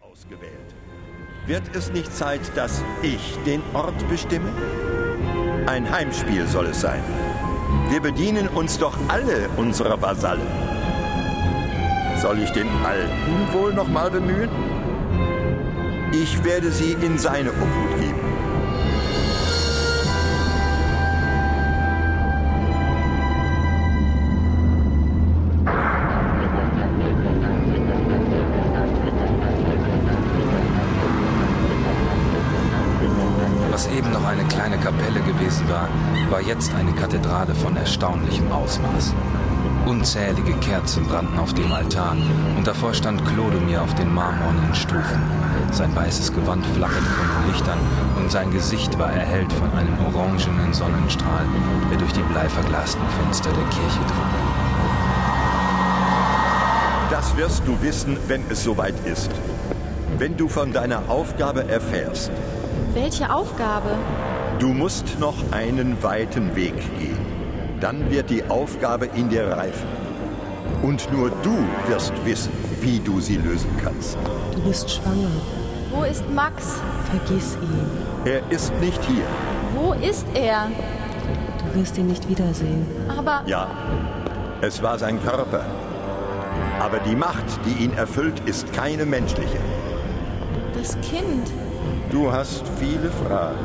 ausgewählt. Wird es nicht Zeit, dass ich den Ort bestimme? Ein Heimspiel soll es sein. Wir bedienen uns doch alle unserer Vasallen. Soll ich den Alten wohl nochmal bemühen? Ich werde sie in seine Obhut geben. Was eben noch eine kleine Kapelle gewesen war, war jetzt eine Kathedrale von erstaunlichem Ausmaß. Unzählige Kerzen brannten auf dem Altar und davor stand Clodomir auf den marmornen Stufen. Sein weißes Gewand flackerte von den Lichtern und sein Gesicht war erhellt von einem orangenen Sonnenstrahl, der durch die bleiverglasten Fenster der Kirche drang. Das wirst du wissen, wenn es soweit ist. Wenn du von deiner Aufgabe erfährst, Welche Aufgabe? du musst noch einen weiten Weg gehen. Dann wird die Aufgabe in dir reifen. Und nur du wirst wissen, wie du sie lösen kannst. Du bist schwanger. Wo ist Max? Vergiss ihn. Er ist nicht hier. Wo ist er? Du wirst ihn nicht wiedersehen. Aber Ja, es war sein Körper. Aber die Macht, die ihn erfüllt, ist keine menschliche. das Kind. Du hast viele Fragen.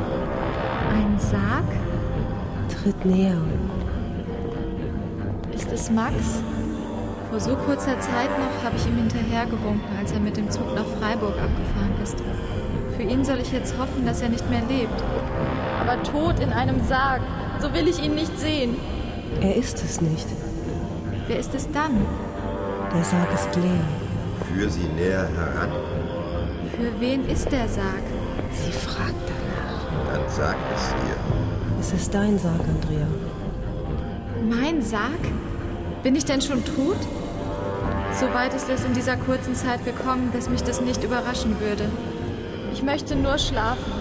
Ein Sarg? Tritt näher. Ist es Max? Vor so kurzer Zeit noch habe ich ihm hinterhergewunken, als er mit dem Zug nach Freiburg abgefahren ist. Für ihn soll ich jetzt hoffen, dass er nicht mehr lebt. Aber tot in einem Sarg. So will ich ihn nicht sehen. Er ist es nicht. Wer ist es dann? Der Sarg ist leer. Führ sie näher heran, Für wen ist der Sarg? Sie fragt danach. dann sag es dir. Es ist dein Sarg, Andrea. Mein Sarg? Bin ich denn schon tot? So weit ist es in dieser kurzen Zeit gekommen, dass mich das nicht überraschen würde. Ich möchte nur schlafen.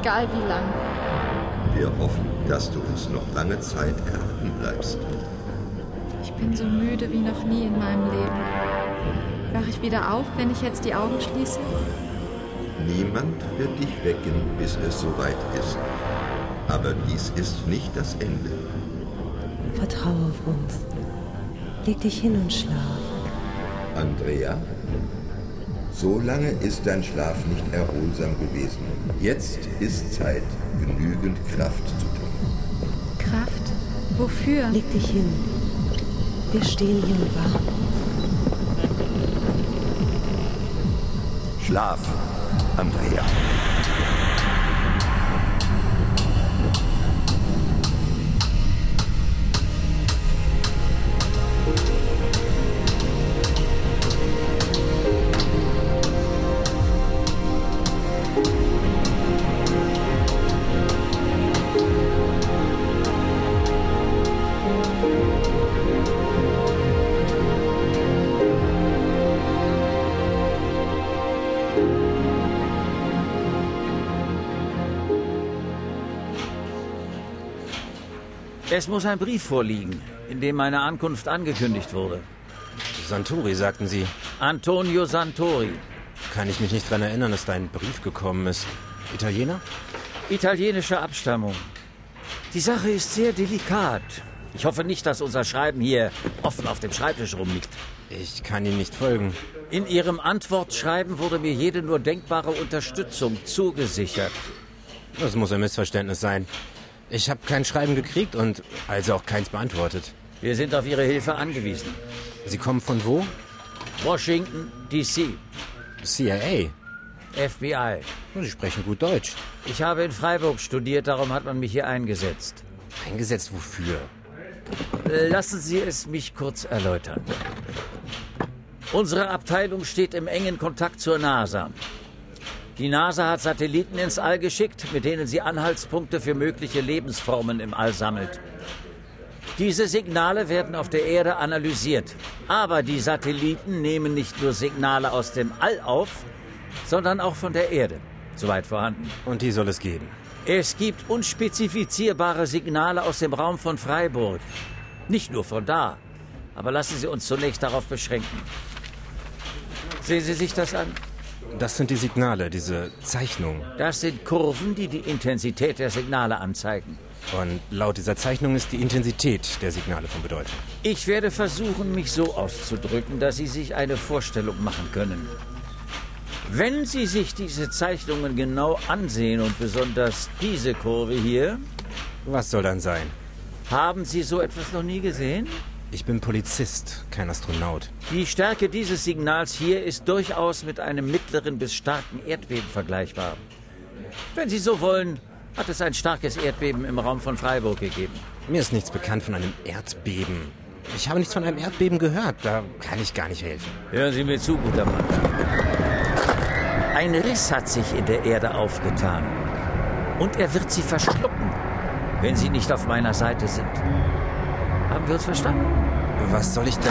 Egal wie lang. Wir hoffen, dass du uns noch lange Zeit erhalten bleibst. Ich bin so müde wie noch nie in meinem Leben. Wach ich wieder auf, wenn ich jetzt die Augen schließe? Niemand wird dich wecken, bis es soweit ist. Aber dies ist nicht das Ende. Vertraue auf uns. Leg dich hin und schlaf. Andrea, so lange ist dein Schlaf nicht erholsam gewesen. Jetzt ist Zeit, genügend Kraft zu tun. Kraft? Wofür? Leg dich hin. Wir stehen hier und warten. Schlaf, Andrea. Es muss ein Brief vorliegen, in dem meine Ankunft angekündigt wurde. Santori, sagten Sie. Antonio Santori, Kann ich mich nicht dran erinnern, dass da ein Brief gekommen ist. Italiener? italienischer Abstammung. Die Sache ist sehr delikat. Ich hoffe nicht, dass unser Schreiben hier offen auf dem Schreibtisch rumliegt. Ich kann ihm nicht folgen. In Ihrem Antwortschreiben wurde mir jede nur denkbare Unterstützung zugesichert. Das muss ein Missverständnis sein. Ich habe kein Schreiben gekriegt und also auch keins beantwortet. Wir sind auf Ihre Hilfe angewiesen. Sie kommen von wo? Washington, D.C., CIA. FBI. Sie sprechen gut Deutsch. Ich habe in Freiburg studiert, darum hat man mich hier eingesetzt. Eingesetzt wofür? Lassen Sie es mich kurz erläutern. Unsere Abteilung steht im engen Kontakt zur NASA. Die NASA hat Satelliten ins All geschickt, mit denen sie Anhaltspunkte für mögliche Lebensformen im All sammelt. Diese Signale werden auf der Erde analysiert. Aber die Satelliten nehmen nicht nur Signale aus dem All auf, sondern auch von der Erde, soweit vorhanden. Und die soll es geben. Es gibt unspezifizierbare Signale aus dem Raum von Freiburg. Nicht nur von da. Aber lassen Sie uns zunächst darauf beschränken. Sehen Sie sich das an. Das sind die Signale, diese Zeichnungen. Das sind Kurven, die die Intensität der Signale anzeigen. Und laut dieser Zeichnung ist die Intensität der Signale von Bedeutung. Ich werde versuchen, mich so auszudrücken, dass Sie sich eine Vorstellung machen können. Wenn Sie sich diese Zeichnungen genau ansehen und besonders diese Kurve hier, Was soll dann sein? haben Sie so etwas noch nie gesehen? Ich bin Polizist, kein Astronaut. Die Stärke dieses Signals hier ist durchaus mit einem mittleren bis starken Erdbeben vergleichbar. Wenn Sie so wollen, hat es ein starkes Erdbeben im Raum von Freiburg gegeben. Mir ist nichts bekannt von einem Erdbeben. Ich habe nichts von einem Erdbeben gehört, da kann ich gar nicht helfen. Hören Sie mir zu, guter Mann. Ein Riss hat sich in der Erde aufgetan. Und er wird Sie verschlucken, wenn Sie nicht auf meiner Seite sind. Haben wir uns verstanden? Was soll ich da...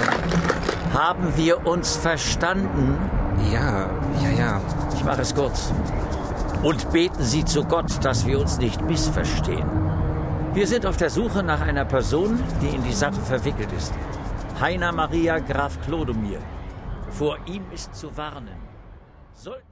Haben wir uns verstanden? Ja, ja, ja. Ich mache es kurz. Und beten Sie zu Gott, dass wir uns nicht missverstehen. Wir sind auf der Suche nach einer Person, die in die Sache verwickelt ist. Heiner Maria Graf Clodomir. Vor ihm ist zu warnen. Sollten Sie